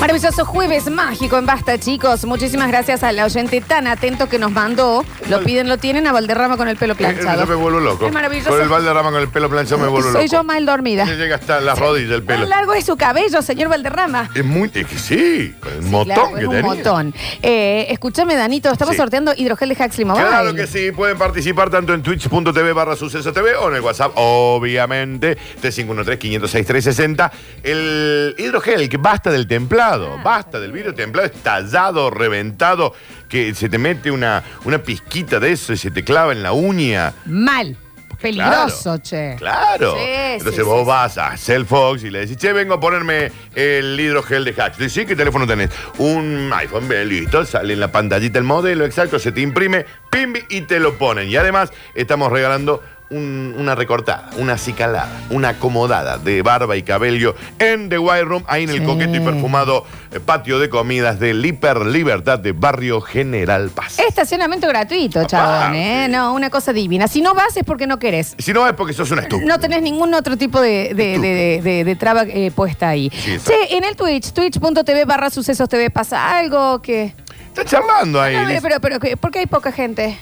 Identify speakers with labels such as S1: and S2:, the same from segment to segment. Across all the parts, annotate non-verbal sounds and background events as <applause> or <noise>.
S1: maravilloso jueves mágico en Basta, chicos. Muchísimas gracias al oyente tan atento que nos mandó. Lo piden, lo tienen a Valderrama con el pelo
S2: Yo Eh, me
S1: planchado.
S2: vuelvo loco.
S1: Es maravilloso.
S2: Por el Valderrama con el pelo planchado me vuelvo
S1: Soy
S2: loco.
S1: yo mal dormida.
S2: Me llega hasta las rodillas el pelo.
S1: Tan largo es su cabello, señor Valderrama.
S2: Es muy. Es que sí, con el motón
S1: Claro,
S2: que
S1: era un
S2: tenía.
S1: montón. Eh, escúchame, Danito, estamos
S2: Sí.
S1: sorteando hidrogel de Huxley Mobile.
S2: Claro que sí, pueden participar tanto en twitch.tv barra suceso TV o en el WhatsApp, obviamente, 3513-506-360. El hidrogel, que basta del templado,
S1: Ah,
S2: basta del vidrio templado, es tallado, reventado, que se te mete una, una pizquita de eso y se te clava en la uña.
S1: Mal. Peligroso, che.
S2: Claro.
S1: Sí,
S2: Entonces
S1: sí,
S2: vos
S1: sí,
S2: vas a Cell Fox y le decís, che, vengo a ponerme el hidrogel de Huxley. Sí, ¿qué teléfono tenés? Un iPhone, bien, listo. Sale en la pantallita el modelo exacto, se te imprime, pimbi, y te lo ponen. Y además estamos regalando un- una recortada, una acicalada, una acomodada de barba y cabello en The White Room, ahí en el
S1: Sí.
S2: coqueto y perfumado eh, patio de comidas del Hiper Libertad de Barrio General Paz.
S1: Estacionamiento gratuito, chabón, ¿eh?
S2: Aparte.
S1: No, una cosa divina. Si no vas es porque no querés.
S2: Si no es porque sos una estúpida.
S1: No tenés ningún otro tipo de, de, de- de- de- de traba eh, puesta ahí.
S2: Sí, exacto.
S1: che, en el Twitch, twitch.tv barra sucesos TV, ¿pasa algo que...?
S2: Está charlando ahí.
S1: No,
S2: dice.
S1: pero, pero, ¿qué- ¿por qué hay poca gente?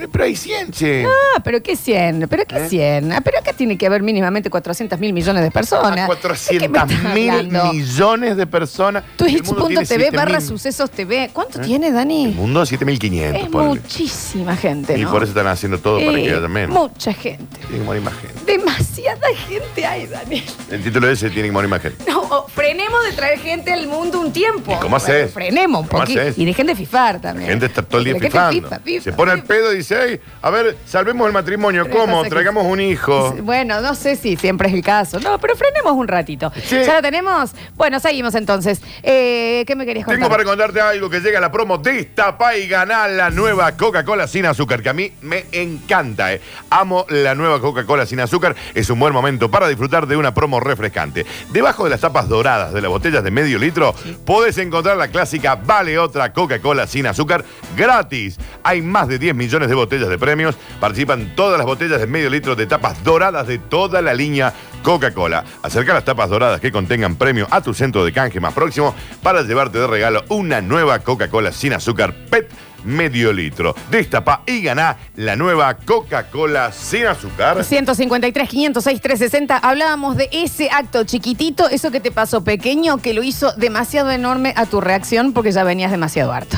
S2: Eh, Pero hay 100, che.
S1: Ah, pero ¿qué 100? ¿Pero qué
S2: ¿Eh?
S1: 100? Ah, Pero acá tiene que haber mínimamente 400 mil millones de personas.
S2: A
S1: ¿De qué me
S2: 400
S1: estás
S2: Ah, mil
S1: hablando?
S2: millones de personas. El mundo tiene
S1: Twitch.tv
S2: 7.000.
S1: barra sucesos TV. ¿Cuánto
S2: ¿Eh?
S1: tiene,
S2: El
S1: Dani?
S2: mundo 7500.
S1: Es
S2: ponle.
S1: muchísima gente,
S2: Y
S1: ¿no?
S2: por eso están haciendo todo para que
S1: Eh,
S2: haya menos.
S1: Mucha gente.
S2: Tiene que morir más gente.
S1: Demasiada gente hay, Dani.
S2: El título de ese tiene que morir más gente.
S1: No, o frenemos de traer gente al mundo un tiempo.
S2: ¿Y cómo haces?
S1: Frenemos un
S2: ¿Cómo
S1: poquito.
S2: haces?
S1: Y dejen de fifar
S2: La
S1: también.
S2: gente está todo el día
S1: La gente
S2: fifando.
S1: fifa, fifa,
S2: Se pone al
S1: fifa.
S2: pedo y dice, "Ey, a ver, salvemos el matrimonio.
S1: Pero
S2: ¿Cómo?
S1: pasa que-
S2: Traigamos un hijo.
S1: Bueno, no sé si siempre es el caso. No, pero frenemos un ratito.
S2: Sí.
S1: ¿Ya lo tenemos? Bueno, seguimos entonces. Eh, ¿Qué me querías contar?
S2: Tengo para contarte algo que llega a la promo Destapa y ganá la nueva Coca-Cola sin azúcar, que a mí me encanta. eh. Amo la nueva Coca-Cola sin azúcar. Es un buen momento para disfrutar de una promo refrescante. Debajo de las tapas doradas de las botellas de medio litro, podés encontrar la clásica Vale otra Coca-Cola sin azúcar gratis. Hay más de 10 millones de botellas de premios. Participan todas las botellas de medio litro de tapas doradas de toda la línea Coca-Cola. Acerca las tapas doradas que contengan premio a tu centro de canje más próximo para llevarte de regalo una nueva Coca-Cola sin azúcar PET medio litro. Destapa y ganá la nueva Coca-Cola sin azúcar.
S1: 153, 506, 360. Hablábamos de ese acto chiquitito, eso que te pasó pequeño, que lo hizo demasiado enorme a tu reacción porque ya venías demasiado harto.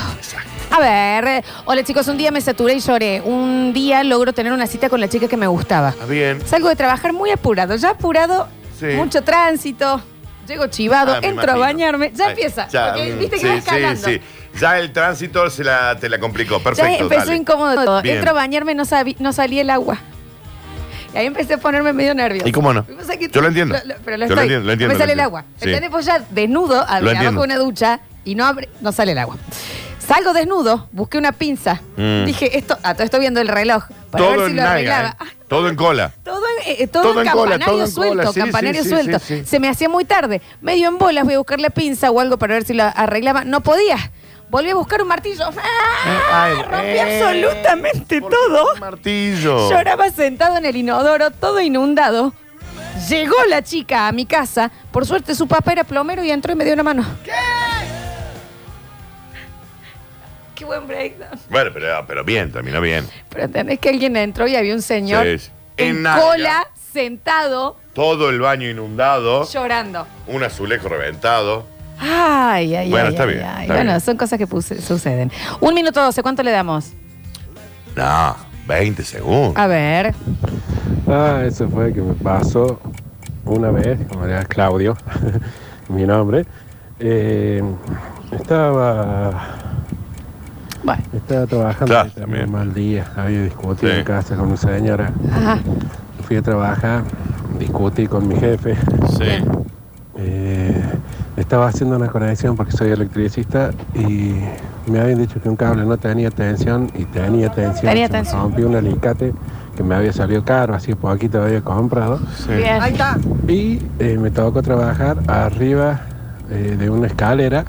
S1: A ver, eh, hola chicos, un día me saturé y lloré. Un día logro tener una cita con la chica que me gustaba.
S2: Está Ah, bien.
S1: Salgo de trabajar muy apurado, ya apurado,
S2: Sí.
S1: mucho tránsito, llego chivado,
S2: Ah, me
S1: entro a
S2: imagino.
S1: bañarme, ya
S2: Ay,
S1: empieza.
S2: ya,
S1: porque
S2: mm,
S1: viste que
S2: sí,
S1: va
S2: sí,
S1: escalando.
S2: sí. Ya el tránsito se la, te la complicó. Perfecto.
S1: ya empezó
S2: dale.
S1: incómodo todo.
S2: Bien.
S1: Entro a bañarme, no, sabí- no salía el agua. Y ahí empecé a ponerme medio nervioso.
S2: ¿Y cómo no?
S1: Y vos sabés que-
S2: Yo lo entiendo.
S1: pero lo
S2: Yo lo
S1: estoy.
S2: entiendo, lo
S1: No me
S2: entiendo, lo
S1: sale el
S2: entiendo.
S1: agua.
S2: Sí.
S1: ¿Entendés? Vos ya desnudo, a- abajo
S2: Lo entiendo.
S1: de una ducha y no abre, no sale el agua. Salgo desnudo, busqué una pinza.
S2: Mm.
S1: Dije, esto, a todo esto viendo el reloj. Para
S2: Todo
S1: ver si
S2: en
S1: lo arreglaba.
S2: naga.
S1: Ah,
S2: eh. Todo en cola.
S1: todo en, eh, todo
S2: Todo
S1: en
S2: en cola,
S1: campanario
S2: todo en
S1: suelto,
S2: cola, sí,
S1: campanario
S2: sí, sí,
S1: suelto.
S2: sí, sí.
S1: Se me hacía muy tarde. Medio en bolas, voy a buscar la pinza o algo para ver si la arreglaba. No podía. Volví a buscar un martillo. ¡Ah!
S2: Ay,
S1: Rompí
S2: eh,
S1: absolutamente
S2: ¿por qué
S1: todo.
S2: un Martillo.
S1: Lloraba sentado en el inodoro, todo inundado. Llegó la chica a mi casa. Por suerte su papá era plomero y entró y me dio una mano. ¿Qué? Qué buen breakdown.
S2: Bueno, pero, ah, pero bien, terminó bien.
S1: Pero entendés que alguien entró y había un señor
S2: Sí, sí. En
S1: en
S2: nalga.
S1: cola, sentado,
S2: Todo el baño inundado,
S1: llorando.
S2: un azulejo reventado.
S1: Ay, ay,
S2: Bueno,
S1: ay.
S2: está
S1: ay,
S2: bien,
S1: ay.
S2: está
S1: bueno,
S2: bien.
S1: son cosas que puse- suceden. Un minuto doce, ¿cuánto le damos?
S2: No, 20 segundos.
S1: A ver.
S3: Ah, eso fue que me pasó una vez, como era Claudio, <laughs> mi nombre. Eh, estaba,
S1: Bueno.
S3: estaba trabajando,
S2: Claro,
S3: tenía
S2: bien.
S3: un mal día, había discutido
S2: Sí.
S3: en casa con una señora,
S1: Ajá.
S3: fui a trabajar, discutí con mi jefe,
S2: Sí.
S3: Eh, estaba haciendo una conexión porque soy electricista y me habían dicho que un cable no tenía tensión y tenía tensión.
S1: Tenía
S3: Se me
S1: tensión.
S3: Rompí un alicate que me había salido caro, así poquito había comprado.
S1: Bien.
S3: Y eh, me tocó trabajar arriba eh, de una escalera.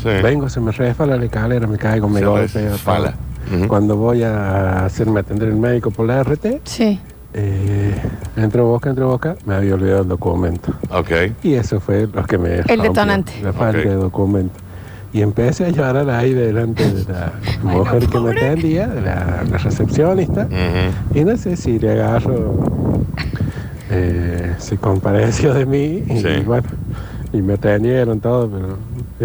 S2: Sí.
S3: Vengo, se me resbala la escalera, me caigo, me
S2: Se
S3: golpea.
S2: resbala.
S3: todo.
S2: Ujú.
S3: Cuando voy a hacerme atender el médico por la RT,
S1: Sí.
S3: eh, entró Boca, entró Boca, me había olvidado el documento.
S2: Ok.
S3: Y eso fue lo que me... rompió,
S1: detonante.
S3: La falta
S2: Ok.
S3: de documento. Y empecé a llorar ahí delante de la mujer que me
S1: pobre.
S3: atendía, de la, la recepcionista.
S2: Ujú.
S3: Y no sé si le agarro, eh, se compareció de mí y
S2: Sí.
S3: bueno, y me atendieron todo, pero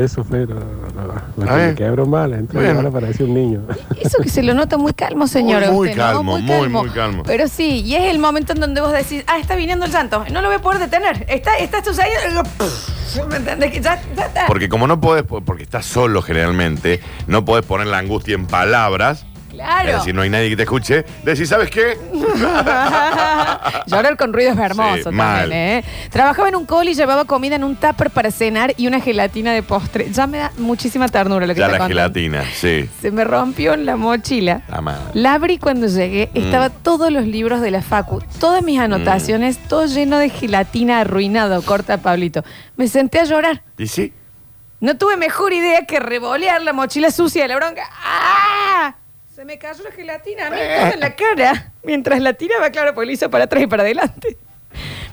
S3: eso fue lo, lo- lo
S2: Ah,
S3: que
S2: eh.
S3: me quebró mal, entonces
S2: Bueno.
S3: ahora parece un niño.
S1: Eso que se lo nota muy calmo, señor.
S2: Muy, muy
S1: usted, ¿no?
S2: calmo, muy, muy calmo.
S1: Pero sí, y es el momento en donde vos decís, ah, está viniendo el santo, no lo voy a poder detener. Está, está sucediendo. ¿Me entendés? Que ya, ya está.
S2: Porque como no podés, porque estás solo generalmente, no podés poner la angustia en palabras.
S1: Claro.
S2: Es decir, no hay nadie que te escuche. Decís, ¿sabes qué?
S1: <laughs> Llorar con ruido es hermoso
S2: Sí,
S1: también,
S2: mal.
S1: ¿eh? Trabajaba en un call y llevaba comida en un tupper para cenar y una gelatina de postre. Ya me da muchísima ternura lo que
S2: Ya
S1: te
S2: la
S1: conté.
S2: gelatina, sí.
S1: Se me rompió en la mochila.
S2: La madre.
S1: La abrí cuando llegué,
S2: Mm.
S1: estaba todos los libros de la Facu, todas mis anotaciones,
S2: Mm.
S1: todo lleno de gelatina arruinado, corta Pablito. Me senté a llorar.
S2: ¿Y sí?
S1: No tuve mejor idea que revolear la mochila sucia de la bronca. ¡Ah! Se me cayó la gelatina a mí toda en
S2: Eh.
S1: la cara. Mientras la tiraba, claro, porque lo hizo para atrás y para adelante.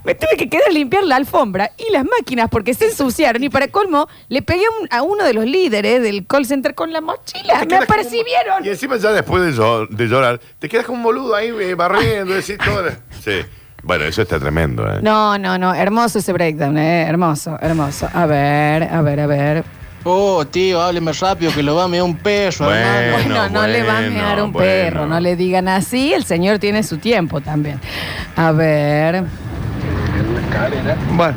S1: Me tuve que quedar a limpiar la alfombra y las máquinas porque se ensuciaron. Y para colmo, le pegué a un- a uno de los líderes del call center con la mochila.
S2: Te
S1: Me
S2: quedas como-
S1: apercibieron.
S2: Y encima ya después de, llo- de llorar, te quedas como un boludo ahí eh, barriendo, decís
S1: <laughs>
S2: todo. la- Sí. Bueno, eso está tremendo, ¿eh?
S1: No, no, no. Hermoso ese breakdown, ¿eh? Hermoso, hermoso. A ver, a ver, a ver.
S4: Oh, tío, hábleme rápido que lo va a mear un perro,
S2: Bueno.
S4: hermano.
S1: Ah, Bueno, no le va a
S2: Eh, bueno,
S1: mear un
S2: bueno.
S1: perro. No le digan así. El señor tiene su tiempo también. A ver.
S5: Bueno,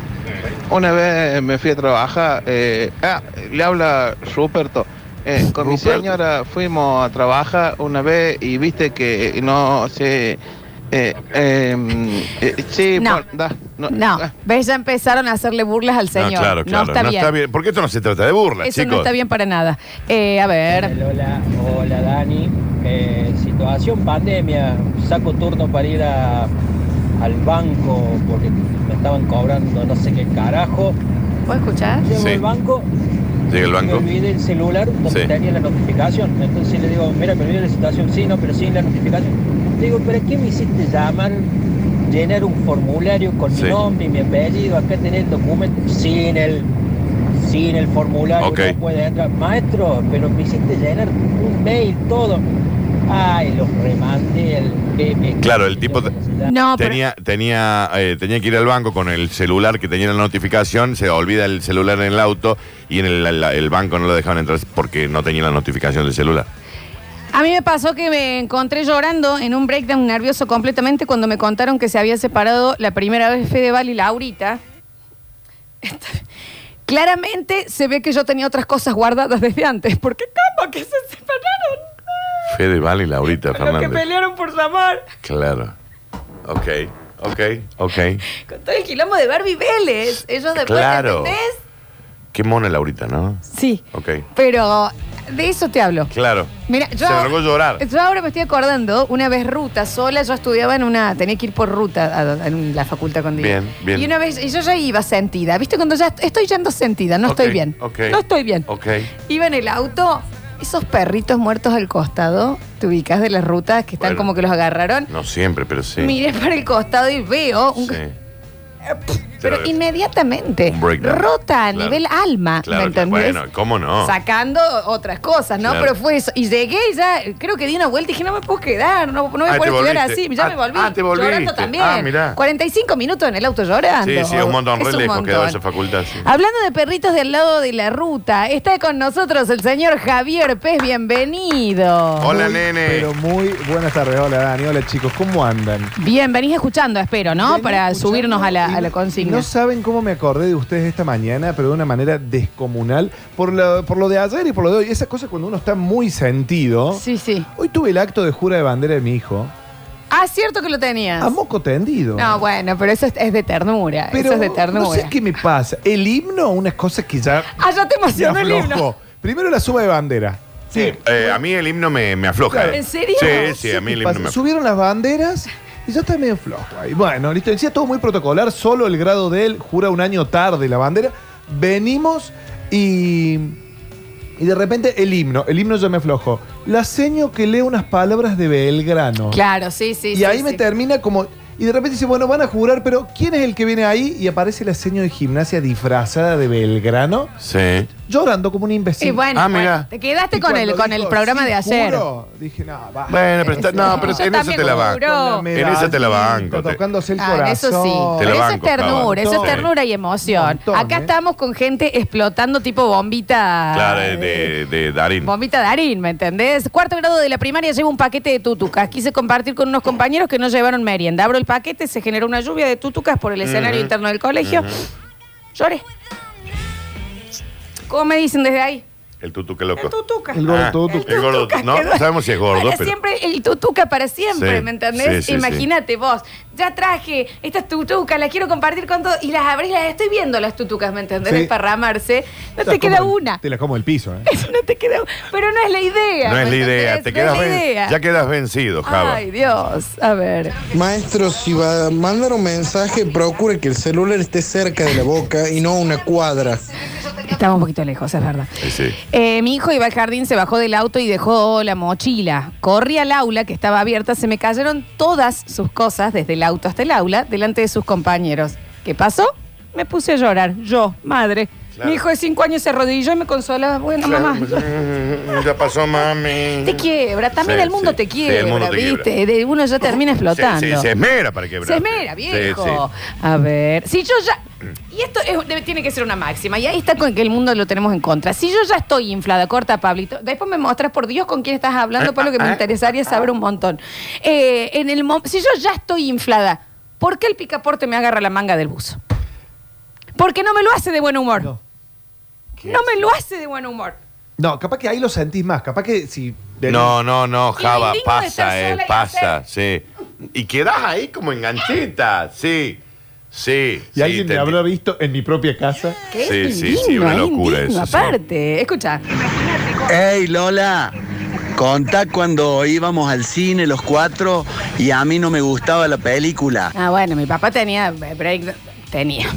S5: una vez me fui a trabajar, eh, ah, le habla Ruperto. Eh, con mi
S2: Ruperto.
S5: señora fuimos a trabajar una vez y viste que no sé. Eh, eh, eh, sí,
S1: No.
S5: por- da, no,
S1: No,
S5: da.
S1: ves, ya empezaron a hacerle burlas al señor. No,
S2: ah. claro, claro.
S1: está, bien.
S2: Porque esto no se trata de burla,
S1: Eso
S2: chicos.
S1: no está bien para nada. Eh, a ver.
S6: Lola, hola Dani. Eh, situación pandemia, saco turno para ir a- al banco porque me estaban cobrando no sé qué carajo.
S1: ¿Puedo escuchar?
S6: Llego
S2: Sí.
S6: al banco,
S2: Llega el banco.
S6: me olvidé el celular donde
S2: Sí.
S6: tenía la notificación. Entonces le digo, mira, me olvidé la situación, sí, no, pero sin la notificación. Le digo, ¿pero qué me hiciste llamar? Llenar un formulario con
S2: Sí.
S6: mi nombre y mi apellido, acá tenés el documento, sin el, sin el formulario,
S2: Ok.
S6: no puede entrar. Maestro, pero me hiciste llenar un mail, todo. Ay, los remandé el PM.
S2: Claro, el tipo de-
S1: No, pero-
S2: Tenía, tenía, eh, tenía que ir al banco con el celular que tenía la notificación, se olvida el celular en el auto y en el, la- el banco no lo dejaban entrar porque no tenía la notificación del celular.
S1: A mí me pasó que me encontré llorando en un breakdown nervioso completamente cuando me contaron que se había separado la primera vez Fedeval y Laurita. <laughs> Esta- Claramente se ve que yo tenía otras cosas guardadas desde antes. ¿Por qué? ¿Cómo que se separaron?
S2: Fede Vale y Laurita
S1: Pero que
S2: Fernández.
S1: pelearon por llamar.
S2: Claro. Ok, ok, ok.
S1: Con todo el quilombo de Barbie Vélez. Ellos después,
S2: Claro.
S1: ¿entendés?
S2: Qué mona Laurita, ¿no?
S1: Sí.
S2: Ok.
S1: Pero de eso te hablo.
S2: Claro.
S1: Mira, yo,
S2: Se largó a llorar.
S1: yo ahora me estoy acordando, una vez ruta sola, yo estudiaba en una, tenía que ir por ruta a, a- en la facultad con Diego.
S2: Bien, bien.
S1: Y una vez, y yo ya iba sentida, ¿viste? Cuando ya est- estoy yendo sentida, no estoy
S2: Ok,
S1: bien.
S2: ok.
S1: No estoy bien.
S2: Ok.
S1: Iba en el auto, esos perritos muertos al costado, te ubicas de las rutas que están
S2: Bueno.
S1: como que los agarraron.
S2: No siempre, pero sí.
S1: Miré para el costado y veo un,
S2: Sí.
S1: pero
S2: Claro.
S1: inmediatamente
S2: Un breakdown.
S1: rota a
S2: Claro.
S1: nivel alma, ¿me
S2: Claro, que-
S1: entendés?
S2: bueno, ¿cómo no?
S1: Sacando otras cosas, ¿no?
S2: Ah. Claro.
S1: Pero fue eso. Y llegué y ya, creo que di una vuelta y dije, no me puedo quedar, no, no me
S2: Ah, te
S1: puedo quedar
S2: volviste.
S1: así. Ya
S2: Ah,
S1: me volví.
S2: ah, te volviste.
S1: Llorando también.
S2: Ah, mirá.
S1: 45 minutos en el auto llorando.
S2: Sí, sí, es un montón,
S1: Es
S2: re
S1: un
S2: lejos quedó
S1: montón.
S2: esa facultad. sí.
S1: Hablando de perritos del lado de la ruta, está con nosotros el señor Javier Pez, bienvenido.
S2: Hola, nene.
S7: Pero muy buenas tardes, hola Dani, hola chicos, ¿cómo andan?
S1: Bien, venís escuchando, espero, ¿no?
S7: Venía
S1: Para
S7: escuchando
S1: subirnos a la,
S7: y
S1: a la
S7: no-
S1: consigna.
S7: No saben cómo me acordé de ustedes esta mañana, pero de una manera descomunal, por lo, por lo de ayer y por lo de hoy. Esas cosas cuando uno está muy sentido.
S1: Sí, sí.
S7: Hoy tuve el acto de jura de bandera de mi hijo,
S1: Ah, cierto que lo tenías.
S7: a moco tendido.
S1: No, bueno, pero eso es, es de ternura.
S7: pero
S1: eso es de ternura.
S7: No sé qué me pasa. El himno, unas cosas que ya
S1: Ah, ya te
S7: me
S1: emocionó el libro.
S7: aflojó. Primero la suma de bandera.
S2: Sí, eh, a mí el himno me, me afloja.
S7: Claro.
S2: eh.
S1: ¿En serio?
S2: Sí, sí, a
S7: ¿Qué
S2: mí el himno
S7: pasa?
S2: me afloja.
S7: Subieron las banderas y yo estaba medio flojo ahí. Bueno, listo. Decía todo muy protocolar, solo el grado de él, jura un año tarde la bandera. Venimos y. Y de repente el himno, el himno ya me aflojó. La seño que lee unas palabras de Belgrano.
S1: Claro, sí, sí.
S7: y
S1: sí,
S7: ahí
S1: sí.
S7: me termina como. Y de repente dice, bueno, van a jurar, pero ¿quién es el que viene ahí? Y aparece la señora de gimnasia disfrazada de Belgrano,
S2: Sí.
S7: llorando como un imbécil.
S1: Y bueno,
S2: Ah,
S1: bueno,
S2: mira.
S1: te quedaste
S7: Y
S1: con
S7: cuando
S1: el, con
S7: dijo,
S1: el programa
S7: "Sí,
S1: de ayer.
S7: juro", dije, no, va.
S2: Bueno, pero, está- no, pero
S1: Yo
S2: en eso
S1: también
S2: te la banco.
S1: juro.
S7: Con la
S2: En esa te la banco, te-
S7: Tocándose el
S1: Ah,
S7: corazón.
S1: eso sí.
S2: Te la
S1: Pero eso es
S2: banco, Pava.
S1: ternura, eso es
S2: Montón.
S1: ternura y emoción.
S7: Montón,
S1: Acá
S7: ¿eh?
S1: estamos con gente explotando tipo bombita.
S2: Claro, de, de Darín.
S1: Bombita de harín, ¿me entendés? Cuarto grado de la primaria llevo un paquete de tutucas. Quise compartir con unos compañeros que no llevaron merienda. Abro el paquete, se generó una lluvia de tutucas por el escenario interno del colegio. Lloré. ¿Cómo me dicen desde ahí?
S2: El tutuca loco.
S1: El tutuca.
S7: El gordo tutuca.
S2: El gordo, no,
S1: quedó-
S2: no sabemos si es gordo,
S1: Para
S2: pero.
S1: siempre, el tutuca para siempre,
S2: Sí,
S1: ¿me entendés?
S2: sí, sí,
S1: Imagínate vos, ya traje estas tutucas, las quiero compartir con todos y las abrís, las estoy viendo las tutucas, ¿me entendés?
S7: Sí.
S1: Desparramarse. No
S7: Te la
S1: te queda
S7: como el-
S1: una.
S7: Te la como el piso, ¿eh?
S1: Eso <laughs> no te queda una. Pero no es la idea.
S2: No es la
S1: ¿me
S2: idea,
S1: entendés?
S2: te
S1: No
S2: quedas
S1: es la
S2: ven-
S1: idea.
S2: ya quedas vencido, Java.
S1: Ay, Dios. A ver.
S8: Maestro, si va a mandar un mensaje, procure que el celular esté cerca de la boca y no a una cuadra.
S1: Estaba un poquito lejos, es verdad.
S2: Sí, sí.
S1: Eh, mi hijo iba al jardín, se bajó del auto y dejó la mochila. Corrí al aula que estaba abierta, se me cayeron todas sus cosas, desde el auto hasta el aula, delante de sus compañeros. ¿Qué pasó? Me puse a llorar, yo, madre.
S2: Claro.
S1: Mi hijo de cinco años se arrodilló y me consolaba. Bueno, mamá,
S2: Mm, <laughs> Ya pasó, mami.
S1: te quiebra, también
S2: Sí,
S1: el mundo
S2: sí.
S1: te
S2: Sí,
S1: quiebra,
S2: el mundo te
S1: ¿viste?
S2: quiebra.
S1: De uno ya termina explotando.
S2: Sí, sí, se esmera para quebrar.
S1: Se esmera, viejo. A ver, si yo ya. Y esto es- debe- tiene que ser una máxima. Y ahí está con que el mundo lo tenemos en contra. Si yo ya estoy inflada, corta, Pablito. Después me mostras, por Dios, con quién estás hablando, para lo que
S2: Ah,
S1: me interesaría saber un montón. Eh, en el mo- si yo ya estoy inflada, ¿por qué el picaporte me agarra la manga del buzo? Porque no me lo hace de buen humor. No,
S7: No.
S1: me lo hace de buen humor.
S7: No, capaz que ahí lo sentís más. Capaz que si.
S2: No, no, no,
S1: Y digno
S2: Java,
S1: de estar
S2: pasa, eh,
S1: sola y
S2: pasa, sí. Y quedás ahí como enganchita, sí, sí.
S7: Y
S2: sí,
S7: alguien
S2: te
S7: me habrá visto en mi
S1: <laughs>
S7: propia casa.
S1: Que
S2: Sí,
S1: es
S2: sí,
S1: indigno,
S2: sí, una
S1: es
S2: locura
S1: indigno,
S2: eso, sí.
S1: Aparte, escucha.
S9: Hey Lola, contá cuando íbamos al cine los cuatro y a mí no me gustaba la película.
S1: Ah, bueno, mi papá tenía eh, break, tenía.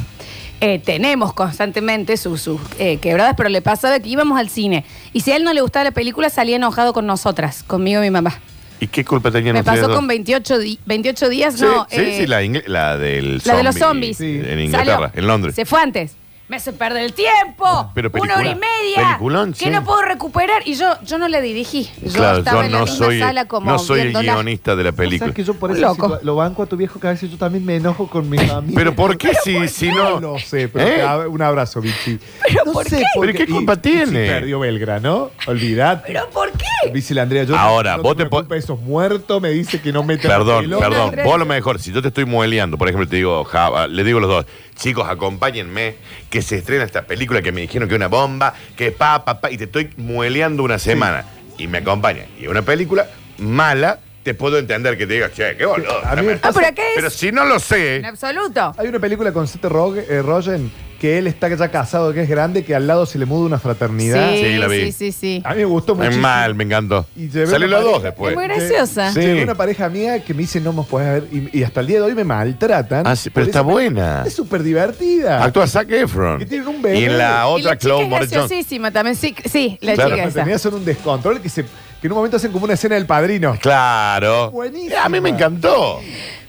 S1: Eh, tenemos constantemente sus, sus, eh, quebradas, pero le pasaba que íbamos al cine. Y si a él no le gustaba la película, salía enojado con nosotras, conmigo y mi mamá.
S2: ¿Y qué culpa tenían
S1: Me
S2: ustedes
S1: pasó
S2: dos?
S1: con 28, di- 28 días,
S2: Sí,
S1: no.
S2: sí,
S1: eh,
S2: sí, la, ingle- la del
S1: la de los
S2: zombie,
S1: zombies.
S2: En Inglaterra,
S1: Salió.
S2: en Londres.
S1: Se fue antes. Me hace perder el tiempo.
S2: Pero
S1: Una
S2: película.
S1: hora y media.
S2: Peliculón,
S1: que
S2: sí.
S1: no puedo recuperar. Y yo, yo no le dirigí. Yo
S2: claro,
S1: estaba
S2: yo
S1: en la
S2: no
S1: misma
S2: soy,
S1: sala como
S2: no soy el
S1: viéndola.
S2: guionista de la película.
S7: ¿Sabes que yo por
S1: Un
S7: eso
S1: loco.
S7: situa- lo banco a tu viejo que a veces yo también me enojo con mi familia?
S2: Pero
S7: <laughs>
S2: ¿por qué si, si no?
S7: No lo sé, pero
S2: ¿Eh?
S7: te ab- un abrazo, Vichy.
S1: ¿Pero
S7: no
S1: por
S7: sé
S1: qué?
S2: ¿Pero qué
S7: y-
S2: culpa
S7: y
S2: tiene?
S7: Si perdió Belgra, ¿no? Olvidate.
S1: ¿Pero por qué?
S7: Dice la Andrea, yo
S2: Ahora,
S7: no
S2: vos
S7: tengo
S2: te po-
S7: la culpa de esos muertos, me dice que no meta
S2: Perdón,
S7: pelo.
S2: perdón.
S1: Andrés.
S2: Vos a lo mejor, si yo te estoy mueleando, por ejemplo, te digo, Java, le digo a los dos, chicos, acompáñenme, que se estrena esta película que me dijeron que es una bomba, que pa, pa, pa, y te estoy mueleando una semana. Y me acompaña. Y es una película mala, te puedo entender que te digas, che, qué boludo.
S7: A mí me
S1: Ah, pero acá es-
S2: Pero si no lo sé,
S1: En absoluto.
S7: Hay una película con Seth Rog- eh, Rogen que él está ya casado, que es grande, que al lado se le muda una fraternidad.
S1: Sí,
S2: Sí, la vi.
S1: sí, sí, sí.
S7: A mí me gustó
S2: es
S7: muchísimo.
S2: mal, me encantó.
S7: Y llevé
S2: Salió
S7: una
S2: los dos
S7: pareja.
S1: Es muy
S2: después.
S1: graciosa.
S2: Sí.
S7: Llegó una pareja mía que me dice no me podés ver y, y hasta el día de hoy me maltratan.
S2: Ah, sí, pero
S7: Por
S2: está
S7: esa película.
S2: buena.
S7: Es súper divertida.
S2: Actúa Zac Efron.
S7: Que tienen un bebé.
S2: Y en la
S1: Y la chica
S2: otra, Chloe
S1: es
S2: Moretz Johnson.
S1: graciosísima también. Sí, sí la
S2: Claro.
S1: chica
S7: Las
S1: esa.
S7: fraternidades son un descontrol que, se, que en un momento hacen como una escena del padrino.
S2: Claro.
S7: Buenísima.
S2: A mí me encantó.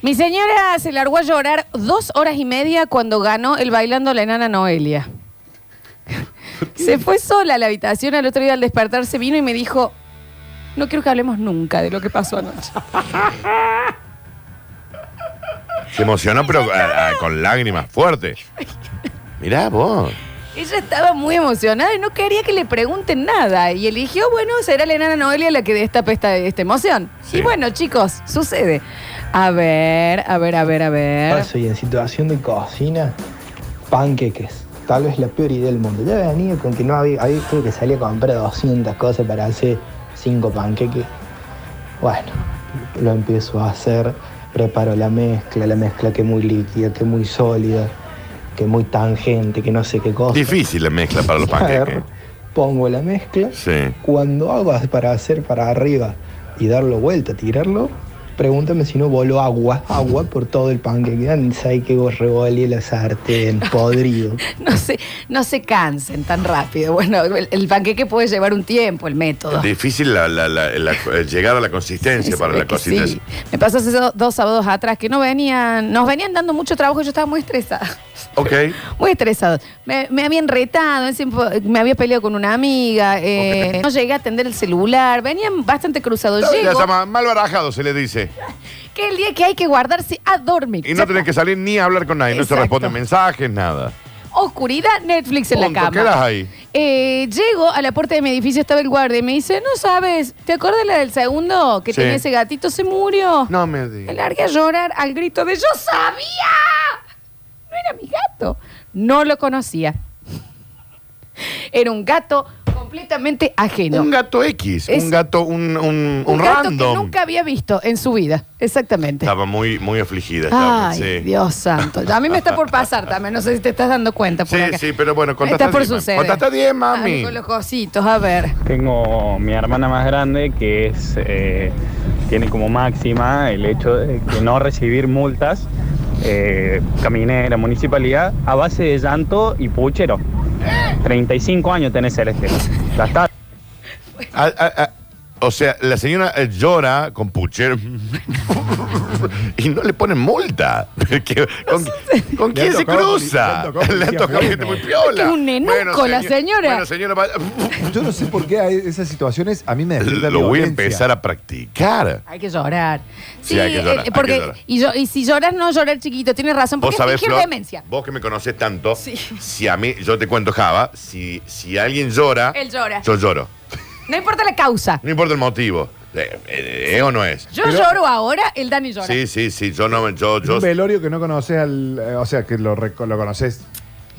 S1: Mi señora se largó a llorar dos horas y media cuando ganó el bailando la enana
S2: <laughs>
S1: Noelia. Se fue sola a la habitación al otro día al despertarse vino y me dijo, no quiero que hablemos nunca de lo que pasó
S2: <laughs>
S1: anoche.
S2: Se emocionó, pero ah, ah, con lágrimas fuertes. Mirá vos.
S1: Ella estaba muy emocionada y no quería que le pregunten nada. Y eligió, bueno, será la enana Noelia la que destape esta, esta emoción.
S2: Sí.
S1: Y bueno, chicos, sucede. A ver, a ver, a ver, a ver.
S10: Paso y en situación de cocina, panqueques. Tal vez la peor idea del mundo. Ya venía con que no había. Ahí tuve que salir a comprar 200 cosas para hacer 5 panqueques. Bueno, lo empiezo a hacer. Preparo la mezcla, la mezcla que muy líquida, que muy sólida, que muy tangente, que no sé qué cosa.
S2: Difícil la mezcla para los panqueques.
S10: Agarro, Pongo la mezcla.
S2: Sí.
S10: Cuando hago para hacer para arriba y darlo vuelta, tirarlo, pregúntame si no voló agua, agua por todo el panqueque. Ansay que vos revolí
S11: <laughs>
S10: la sartén, podrido.
S1: <laughs> No se, no se cansen tan rápido. Bueno, el, el panqueque puede llevar un tiempo, el método.
S2: Difícil la- la- la- la- el llegar a la consistencia para
S1: Ve
S2: la
S1: que
S2: cosita.
S1: sí. Me pasó hace do- dos sábados atrás que no venían, nos venían dando mucho trabajo y yo estaba muy estresada. <laughs>
S2: Ok.
S1: Muy estresado. Me, me habían retado, ese tiempo, me había peleado con una amiga, eh, no llegué a atender el celular, venían bastante cruzados.
S2: Ya
S1: Llego,
S2: está ma- mal barajado, se le dice.
S1: que es el día que hay que guardarse a dormir.
S2: Y no tenés que salir ni a hablar con nadie. No se
S1: Exacto.
S2: responden mensajes, nada.
S1: Oscuridad, Netflix en la
S2: Punto,
S1: cama.
S2: quedás ahí.
S1: Eh, llego a la puerta de mi edificio, estaba el guardia y me dice, no sabes, ¿te acuerdas la del segundo que
S2: Sí.
S1: tenía ese gatito? Se murió.
S2: No me
S1: Me
S2: digas.
S1: largué a llorar al grito de yo sabía. No era mi gato. No lo conocía. Era un gato completamente ajeno.
S2: Un gato X,
S1: Es-
S2: un gato, un, un, un
S1: Un gato que
S2: random.
S1: nunca había visto en su vida. Exactamente.
S2: Estaba muy, muy afligida. estaba,
S1: Ay,
S2: sí.
S1: Dios santo. A mí me está por pasar también. No sé si te estás dando cuenta. Por
S2: Sí,
S1: acá.
S2: sí, pero bueno, contaste
S1: Está por
S2: diez, mami.
S1: suceder.
S2: Contaste diez, mami.
S1: Ay, con los cositos, a ver.
S11: Tengo mi hermana más grande que es eh, tiene como máxima el hecho de que no recibir multas. Eh, caminé en la municipalidad a base de llanto y puchero. 35 años tenés Celeste. Ya está.
S2: Ah, ah, ah. O sea, la señora eh, llora con puchero <laughs> y no le ponen multa. <laughs> Porque, ¿Con, con
S7: Le
S2: quién
S7: ha
S2: se
S7: tocado
S2: cruza?
S7: poli-
S2: Le
S7: le
S2: ha
S7: ha
S2: tocado
S7: tocado
S2: gente muy piola.
S1: Es que un nenuco la
S2: señor-
S1: señora.
S2: Bueno, señora,
S7: <laughs>
S2: va-
S7: Yo no sé por qué hay esas situaciones a mí me
S2: <laughs>
S7: despiertan
S2: lo voy a
S7: violencia.
S2: empezar a practicar.
S1: Hay que llorar. Sí,
S2: Sí, hay que llorar,
S1: eh,
S2: hay
S1: porque
S2: que llorar.
S1: Y, yo- y si lloras, no llorar chiquito. Tienes razón,
S2: Vos
S1: porque
S2: sabés,
S1: es fingir
S2: Flor,
S1: demencia.
S2: vos que me conoces tanto, si a mí, yo te cuento, Java, si, si alguien llora,
S1: Él llora.
S2: yo lloro.
S1: No importa la causa.
S2: No importa el motivo. Eh, eh, ¿Es o no es?
S1: Yo lloro ahora, el Dani llora.
S2: Sí, sí, sí, yo no, yo,
S7: Es un
S2: yo,
S7: velorio que no conoces al. eh, o sea, que lo, reco- lo conoces.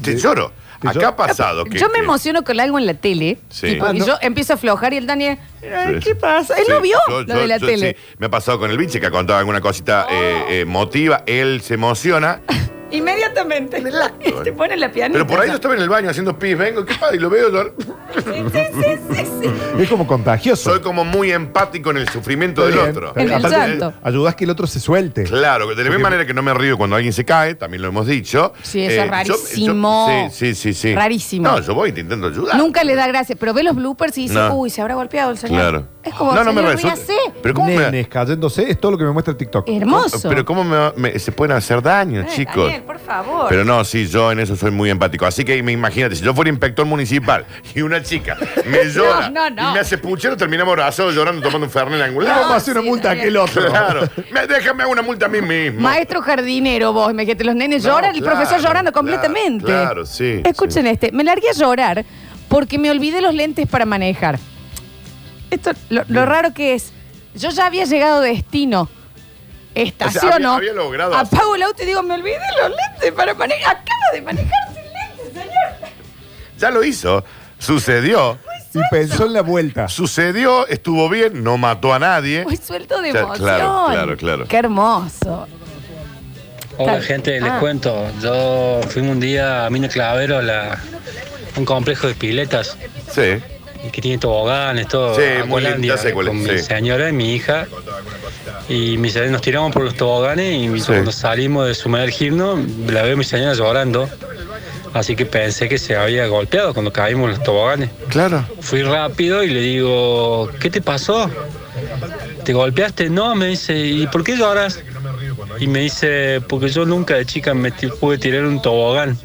S2: te
S7: de-
S2: lloro. Acá
S7: te
S2: ha
S7: lloro.
S2: pasado que...
S1: yo me
S2: que-
S1: emociono con algo en la tele.
S2: Sí.
S1: tipo,
S2: Ah,
S1: y
S2: no.
S1: yo empiezo a aflojar y el Dani. "Ay,
S2: Sí.
S1: ¿Qué pasa? Él
S2: Sí,
S1: no vio
S2: yo-
S1: lo
S2: yo-
S1: de la
S2: yo-
S1: tele. Oh.
S2: sí. Me ha pasado con el biche que ha contado alguna cosita eh, emotiva, él
S1: <laughs>
S2: se emociona,
S1: Inmediatamente. <laughs> Y te pone la pianita.
S2: pero por ahí yo estaba en el baño haciendo pis, vengo, ¿qué pasa? Y lo veo llorar.
S7: Es como contagioso.
S2: Soy como muy empático en el sufrimiento
S7: Está
S2: del
S7: bien,
S2: otro.
S7: está bien.
S1: En el
S7: Aparte,
S1: llanto.
S7: Ayudás que el otro se suelte.
S2: Claro, de la misma
S7: Porque-
S2: manera que no me río cuando alguien se cae, también lo hemos dicho. Eh,
S1: Sí, eso es
S2: yo-
S1: rarísimo.
S2: yo- sí, sí, sí, sí.
S1: Rarísimo.
S2: No, yo voy, te intento ayudar.
S1: Nunca le da gracia, pero ve los bloopers y dice,
S2: No.
S1: uy, se habrá golpeado el señor.
S2: Claro.
S1: Es como,
S2: no, no me
S1: señor,
S2: resulta.
S1: ríase.
S2: Pero cómo me,
S7: Nenes cayéndose, es todo lo que me muestra el TikTok.
S1: Hermoso.
S2: pero cómo me- me- se pueden hacer daño,
S1: Eh,
S2: chicos.
S1: Daniel, por favor.
S2: Pero no, sí, yo en eso soy muy empático. Así que me imagínate, si yo fuera inspector municipal y una chica me llora
S1: no, no.
S2: y me hace puchero, terminamos abrazados llorando tomando un fernet
S7: Le
S2: angular.
S7: vamos a hacer una
S1: sí,
S7: multa a
S1: Daniel.
S7: aquel otro.
S2: Claro. Me- déjame hago una multa a mí mismo.
S1: Maestro jardinero, vos, me dijiste, los nenes
S2: No,
S1: lloran, el
S2: claro,
S1: profesor llorando
S2: claro,
S1: completamente.
S2: claro, sí,
S1: Escuchen este, me largué a llorar porque me olvidé los lentes para manejar. Esto, lo, lo raro que es, yo ya había llegado a destino. Estaciono.
S2: había- había logrado hacer-
S1: apago el auto y digo, me olvidé los lentes para manejar. Acabo de manejar sin lentes, señor.
S2: <laughs> Ya lo hizo. Sucedió.
S7: Y pensó en la vuelta.
S2: Sucedió, estuvo bien, no mató a nadie.
S1: Muy suelto de
S2: Ya,
S1: emoción.
S2: claro, claro, claro.
S1: Qué hermoso.
S12: Hola
S1: Tal-
S12: gente, les
S1: Ah.
S12: cuento. Yo fuimos un día a Mina Clavero, a la, a un complejo de piletas
S2: Sí.
S12: y que tiene toboganes, todo. ah,
S2: Sí, muy lindo,
S12: Aqualandia,
S2: ya sé cuál es,
S12: Con mi
S2: sí.
S12: señora y mi hija. Y mi señora- nos tiramos por los toboganes y
S2: Sí.
S12: cuando salimos de sumergirnos, la veo a mi señora llorando. Así que pensé que se había golpeado cuando caímos en los toboganes.
S2: Claro.
S12: Fui rápido y le digo, ¿qué te pasó? ¿Te golpeaste? No, me dice, ¿y por qué lloras? Y me dice, porque yo nunca de chica me ti- pude tirar un tobogán.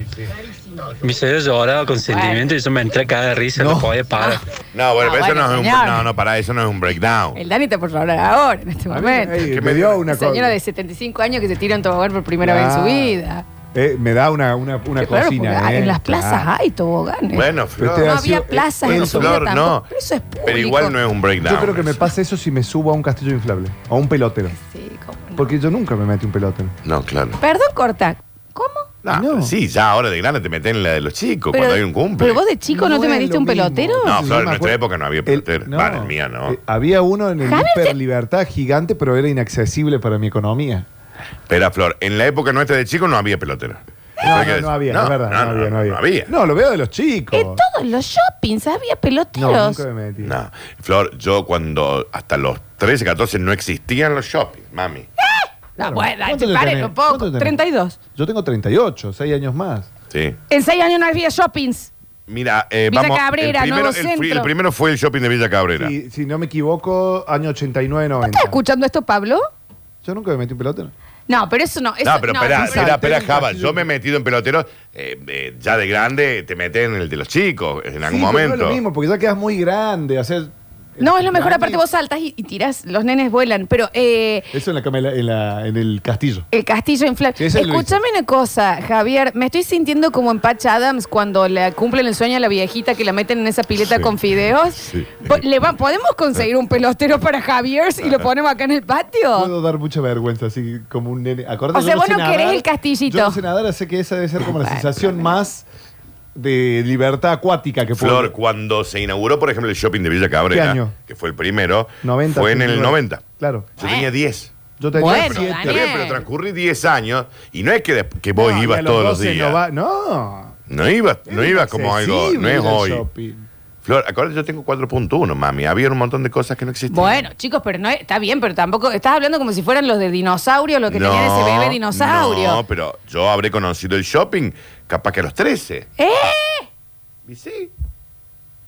S12: Me dice, yo lloraba con sentimiento y yo me entré a caer de risa, no, podía parar.
S2: No, bueno,
S1: Ah,
S2: pero
S1: bueno,
S2: eso no es un
S1: señor.
S2: no, no, para eso no es un breakdown.
S1: El Dani te por llorar ahora, en este momento.
S7: Ey, me dio una
S1: Una señora
S7: cosa.
S1: de 75 años que se tira en tobogán por primera vez en su
S7: Claro.
S1: vida.
S7: Eh, me da una, una, una
S1: Qué raro,
S7: cocina.
S1: porque
S7: eh.
S1: En las plazas
S7: Claro.
S1: hay toboganes.
S2: Bueno,
S7: Pero
S2: Flor,
S7: te
S1: no
S7: ha
S1: había
S7: sido-
S1: plazas
S7: eh,
S1: en
S2: bueno,
S1: su
S7: eso-
S1: vida
S2: Flor,
S1: tampoco.
S2: no.
S1: Pero eso es público.
S2: Pero igual no es un breakdown.
S7: Yo creo que me
S2: eso.
S7: pasa eso si me subo a un castillo inflable, a un pelotero.
S1: Sí, cómo no.
S7: Porque yo nunca me metí un pelotero.
S2: No, claro.
S1: Perdón, corta. ¿Cómo?
S2: No,
S7: No.
S2: Ah, Sí, ya ahora de grande te meten en la de los chicos cuando hay un cumple.
S1: pero vos de chico no,
S7: No
S1: te
S7: es
S1: metiste
S7: lo
S1: un
S7: mismo.
S1: pelotero.
S2: No, Flor,
S7: me
S2: en nuestra
S7: acuerdo.
S2: époco no había pelotero. Vale, el mía no.
S7: Eh, había uno en el
S1: Javier,
S7: Hiper
S1: te-
S7: Libertad gigante, pero era inaccesible para mi economía.
S2: Espera, Flor, en la época nuestra de chicos no había pelotero. Eso
S7: No,
S2: hay que
S7: no,
S2: decir.
S7: no había, es verdad, no, había, no había.
S2: No había.
S7: No, lo veo de los chicos.
S1: En todos los shoppings había
S7: No,
S1: peloteros.
S7: nunca me metí.
S2: No. Flor, yo cuando hasta los 13, 14 no existían los shopping, mami.
S1: No, bueno,
S7: ¿Cuánto te
S1: paren
S7: tenés?
S1: un poco.
S7: ¿Cuánto te tenés?
S1: 32.
S7: Yo tengo 38, 6 años más.
S2: Sí.
S1: En seis años no había shoppings.
S2: Mira, eh,
S1: Villa
S2: vamos.
S1: Cabrera,
S2: el, primero,
S1: Nuevo
S2: el fri-
S1: Centro.
S2: el primero fue el shopping de Villa Cabrera.
S7: Si, si no me equivoco, año 89, 90.
S1: ¿Estás escuchando esto, Pablo?
S7: Yo nunca me metí en pelota.
S1: No, pero eso no. Eso,
S2: no, pero espera,
S1: eso-
S2: espera, espera,
S7: Tengo un
S2: Java.
S7: castillo.
S2: Yo me he metido en peloteros. eh, eh, ya de grande te metes en el de los chicos, en algún
S7: Sí, pero no es
S2: momento.
S7: lo mismo, porque ya quedas muy grande. hacer
S1: No, es lo mejor. Aparte, vos saltas y, y tirás. Los nenes vuelan. Pero eh,
S7: Eso en, la, cama- en, la- en la- en el castillo.
S1: el castillo infla.
S7: Sí, ese lo
S1: Escúchame una cosa, Javier. Me estoy sintiendo como en Patch Adams cuando le cumplen el sueño a la viejita que la meten en esa pileta
S2: Sí.
S1: con fideos.
S2: Sí.
S1: Po- ¿Le va- ¿Podemos conseguir un pelotero para Javier y lo ponemos acá en el patio?
S7: Puedo dar mucha vergüenza, así como un nene. Acordate,
S1: O sea,
S7: yo
S1: vos
S7: sé
S1: no
S7: nadar,
S1: querés el castillito.
S7: Yo no sé nadar, sé que esa debe ser como la sensación más de libertad acuática que
S2: Flor,
S7: puedo.
S2: cuando se inauguró, por ejemplo, el shopping de Villa Cabrera,
S7: ¿Qué año?
S2: que fue el primero,
S7: 90,
S2: fue en el
S7: 89.
S2: 90.
S7: Claro.
S2: Yo tenía 10.
S7: Yo tenía
S1: Bueno,
S7: siete.
S2: Está bien,
S1: Daniel.
S2: pero transcurrí 10 años y no es que, de- que vos
S7: No, y
S2: ibas
S7: a
S2: todos los
S7: 12
S2: días.
S7: No, va- no.
S2: No ibas no ibas como algo, no
S7: Accesible
S2: es
S7: el
S2: hoy.
S7: shopping.
S2: Flor, acuérdate, yo tengo 4.1, mami. Había un montón de cosas que no existían.
S1: Bueno, chicos, pero no es- está bien, pero tampoco. Estás hablando como si fueran los de dinosaurio, lo que tenían ese bebé dinosaurio.
S2: No, pero yo habré conocido el shopping capaz que a los 13.
S1: ¿Eh?
S2: Y sí.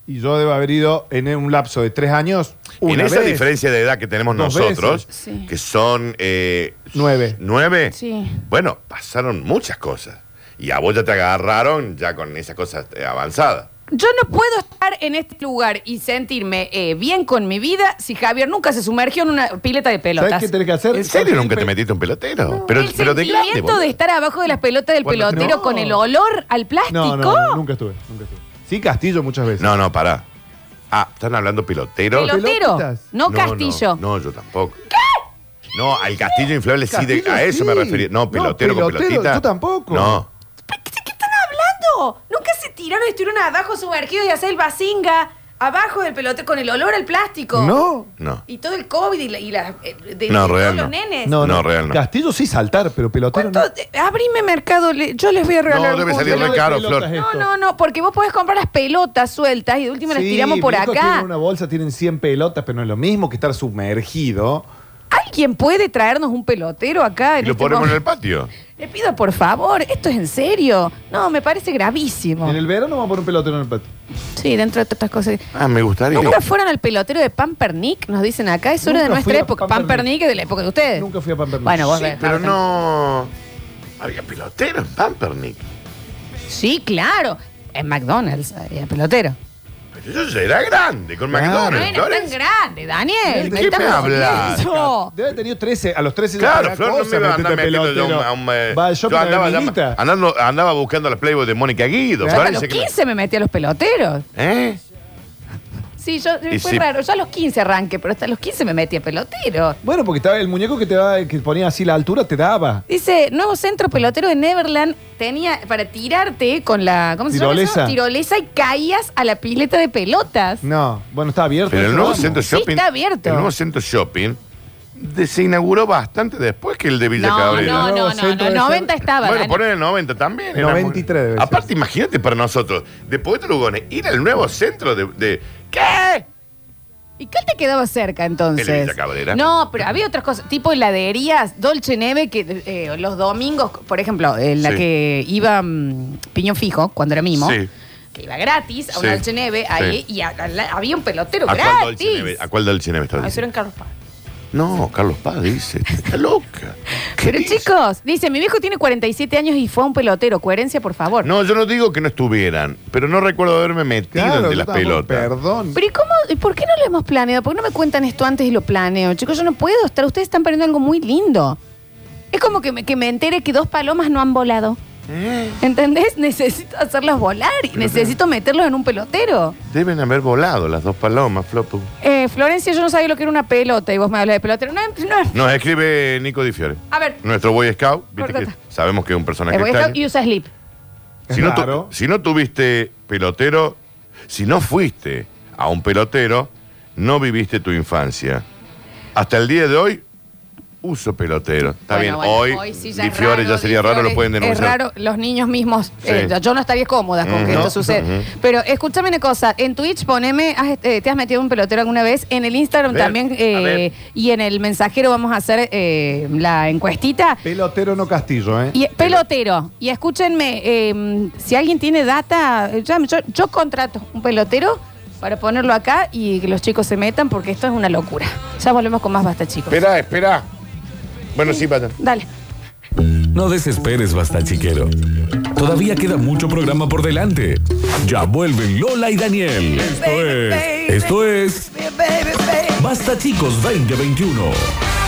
S7: Y yo debo haber ido en un lapso de tres años. Una
S2: en esa
S7: vez.
S2: diferencia de edad que tenemos
S7: Dos
S2: nosotros,
S1: veces. Sí.
S2: que son eh,
S7: Nueve.
S2: nueve,
S1: Sí.
S2: bueno, pasaron muchas cosas. Y a vos ya te agarraron ya con esas cosas eh, avanzadas.
S1: Yo no puedo estar en este lugar y sentirme eh, bien con mi vida si Javier nunca se sumergió en una pileta de
S7: ¿Sabes
S1: pelotas.
S7: qué tenés que hacer?
S2: ¿En serio nunca te metiste un pelotero? pero,
S1: el
S2: pero de grande,
S1: sentimiento
S2: boludo.
S1: de estar abajo de las pelotas del
S2: Cuando-
S1: pelotero
S7: No.
S1: con el olor al plástico.
S7: No, no, no, nunca estuve, nunca estuve. Sí, Castillo muchas veces.
S2: No, no, pará. Ah, están hablando pelotero.
S1: pelotero,
S7: pelotitas.
S1: no, castillo.
S2: No, no, yo tampoco. No, al castillo inflable sí, de-
S7: Castillo,
S2: a eso
S7: sí.
S2: me refería. No,
S7: No,
S2: pelotero con
S7: pelotero,
S2: pelotita.
S7: yo tampoco.
S2: No.
S1: ¿Qué están hablando? Nunca se tiraron y estuvieron abajo sumergidos y hacer el basinga abajo del pelotero con el olor al plástico.
S7: No.
S2: No.
S1: Y todo el COVID y, la, y la- eh, de,
S2: No,
S1: de
S2: real
S1: todos los
S2: no.
S1: nenes.
S2: No, real no.
S7: Castillo sí saltar, pero pelotero no.
S1: ¿Cuánto? Eh, Abrime mercado, le- yo les voy a regalar
S2: No,
S1: un
S2: debe
S1: curso.
S2: salir re caro, Flor.
S1: No, no, no, porque vos podés comprar las pelotas sueltas y de última las tiramos por acá.
S7: Tienen una bolsa, tienen 100 pelotas, pero no es lo mismo que estar sumergido.
S1: ¿Alguien puede traernos un pelotero acá?
S2: Y
S1: En
S2: lo
S1: este
S2: ponemos en el
S1: momento?
S2: patio.
S1: Le pido por favor, esto es en serio. No, me parece gravísimo.
S7: En el verano vamos a poner un pelotero en el patio.
S1: Sí, dentro de tantas cosas.
S2: Ah, me gustaría.
S1: ¿Nunca fueron al pelotero de Pampernick? Nos dicen acá, es hora de
S7: Nunca
S1: nuestra
S7: fui a
S1: época.
S7: Pampernick.
S1: Pampernick es de la época de ustedes.
S7: Nunca fui a Pampernick.
S1: Bueno, vos
S2: Sí,
S1: ves,
S2: pero
S1: Marta.
S2: no. Había pelotero en Pampernick.
S1: Sí, claro. En McDonald's, había pelotero.
S2: Pero yo ya era grande con
S7: Claro.
S1: No
S2: McDonald's,
S1: era tan
S2: Flores.
S1: grande, Daniel.
S2: ¿De qué
S1: estás
S2: me hablas?
S1: jodiendo.
S7: Debe haber tenido 13, a los 13
S2: Claro,
S7: ya
S2: Flor, no me iba a andar metiendo yo a un... eh,
S7: Va, yo,
S2: yo andaba, ya-
S7: minita.
S2: andando- andaba buscando las Playboy de Mónica Guido.
S1: Yo a
S2: Flores,
S1: los
S2: sé que-
S1: 15 me metí a los peloteros.
S2: ¿Eh?
S1: Sí, yo fue
S2: Y sí.
S1: raro. Yo a los 15 arranqué, pero hasta los 15 me metí a pelotero.
S7: Bueno, porque estaba el muñeco que te daba- que ponía así la altura, te daba.
S1: Dice, nuevo centro pelotero de Neverland tenía para tirarte con la. ¿Cómo se llama? eso?
S7: Tirolesa.
S1: Tirolesa Mm. y caías a la pileta de pelotas.
S7: No, bueno, estaba abierto.
S2: Pero el
S7: eso
S2: nuevo
S7: vamos.
S2: centro
S1: Sí,
S2: shopping.
S1: está abierto.
S2: El nuevo centro shopping de- se inauguró bastante después que el de Villa
S1: No,
S2: Cabrera.
S1: no, no, no, no.
S7: Centro
S1: El
S7: de
S1: 90
S7: ser-
S1: estaba. ¿eh?
S2: Bueno, e-
S1: Dani.
S2: poner el 90 también. era
S7: 93
S2: muy-
S7: debe ser.
S2: Aparte, imagínate para nosotros, de Poeta Lugones, ir al nuevo centro de. de- ¿Qué?
S1: ¿Y qué te quedaba cerca entonces?
S2: El de Villa Cabrera.
S1: No, pero había otras cosas, tipo heladerías, Dolce Neve, que eh, los domingos, por ejemplo, en la
S2: Sí.
S1: que iba mm, Piñón Fijo, cuando era mimo,
S2: Sí.
S1: que iba gratis a un
S2: Sí.
S1: Dolce Neve, ahí,
S2: Sí.
S1: y a- a la- había un pelotero
S2: ¿A cuál
S1: gratis.
S2: Dolce Neve? ¿A cuál Dolce Neve estás
S1: Ah, eso era
S2: diciendo?
S1: en Carlos Paz.
S2: No, Carlos Paz dice. Está loca. ¿Qué
S1: Pero
S2: dice?
S1: chicos, dice, mi viejo tiene 47 años y fue a un pelotero. Coherencia, por favor.
S2: No, yo no digo que no estuvieran, pero no recuerdo haberme metido
S7: Claro,
S2: entre
S7: yo
S2: las
S7: tampoco,
S2: pelotas.
S7: Perdón.
S1: Pero ¿y cómo, y por qué no lo hemos planeado? ¿Por qué no me cuentan esto antes y lo planeo? Chicos, yo no puedo estar. Ustedes están perdiendo algo muy lindo. Es como que me, que me entere que dos palomas no han volado.
S2: ¿Eh?
S1: ¿Entendés? Necesito hacerlas volar y necesito meterlos en un pelotero.
S2: Deben haber volado las dos palomas, Flopu.
S1: Eh, Florencia, yo no sabía lo que era una pelota y vos me hablas de pelotero. No, no.
S2: Nos escribe Nico Di Fiore.
S1: A ver,
S2: Nuestro Boy Scout, viste que
S1: Cortata.
S2: sabemos que es un personaje
S1: el Boy
S2: extraño.
S1: Scout y usa slip.
S2: Si no, tu-
S7: Claro.
S2: si no tuviste pelotero, si no fuiste a un pelotero, no viviste tu infancia. Hasta el día de hoy, uso pelotero. Está
S1: Bueno,
S2: bien,
S1: bueno,
S2: hoy,
S1: sí
S2: Di
S1: es
S2: Fiore
S1: raro,
S2: ya
S1: Di
S2: sería raro,
S1: Fiore
S2: lo pueden denunciar.
S1: Es raro, los niños mismos,
S2: Sí.
S1: eh, yo no estaría cómoda con que
S2: Ujú.
S1: esto suceda.
S2: Ujú.
S1: Pero escúchame una cosa, en Twitch poneme, has, eh, ¿te has metido un pelotero alguna vez? En el Instagram
S13: A ver,
S1: también
S13: a
S1: eh,
S13: ver.
S1: y en el mensajero vamos a hacer eh, la encuestita.
S13: Pelotero no Castillo, ¿eh?
S1: Y, pelotero. Y escúchenme, eh, si alguien tiene data, eh, llame. yo, yo contrato un pelotero para ponerlo acá y que los chicos se metan porque esto es una locura. Ya volvemos con más basta, chicos.
S2: Espera, espera. Bueno, sí, vayan.
S1: Dale.
S7: No desesperes, basta chiquero. Todavía queda mucho programa por delante. Ya vuelven Lola y Daniel. Esto es. Esto es. Basta chicos 2021.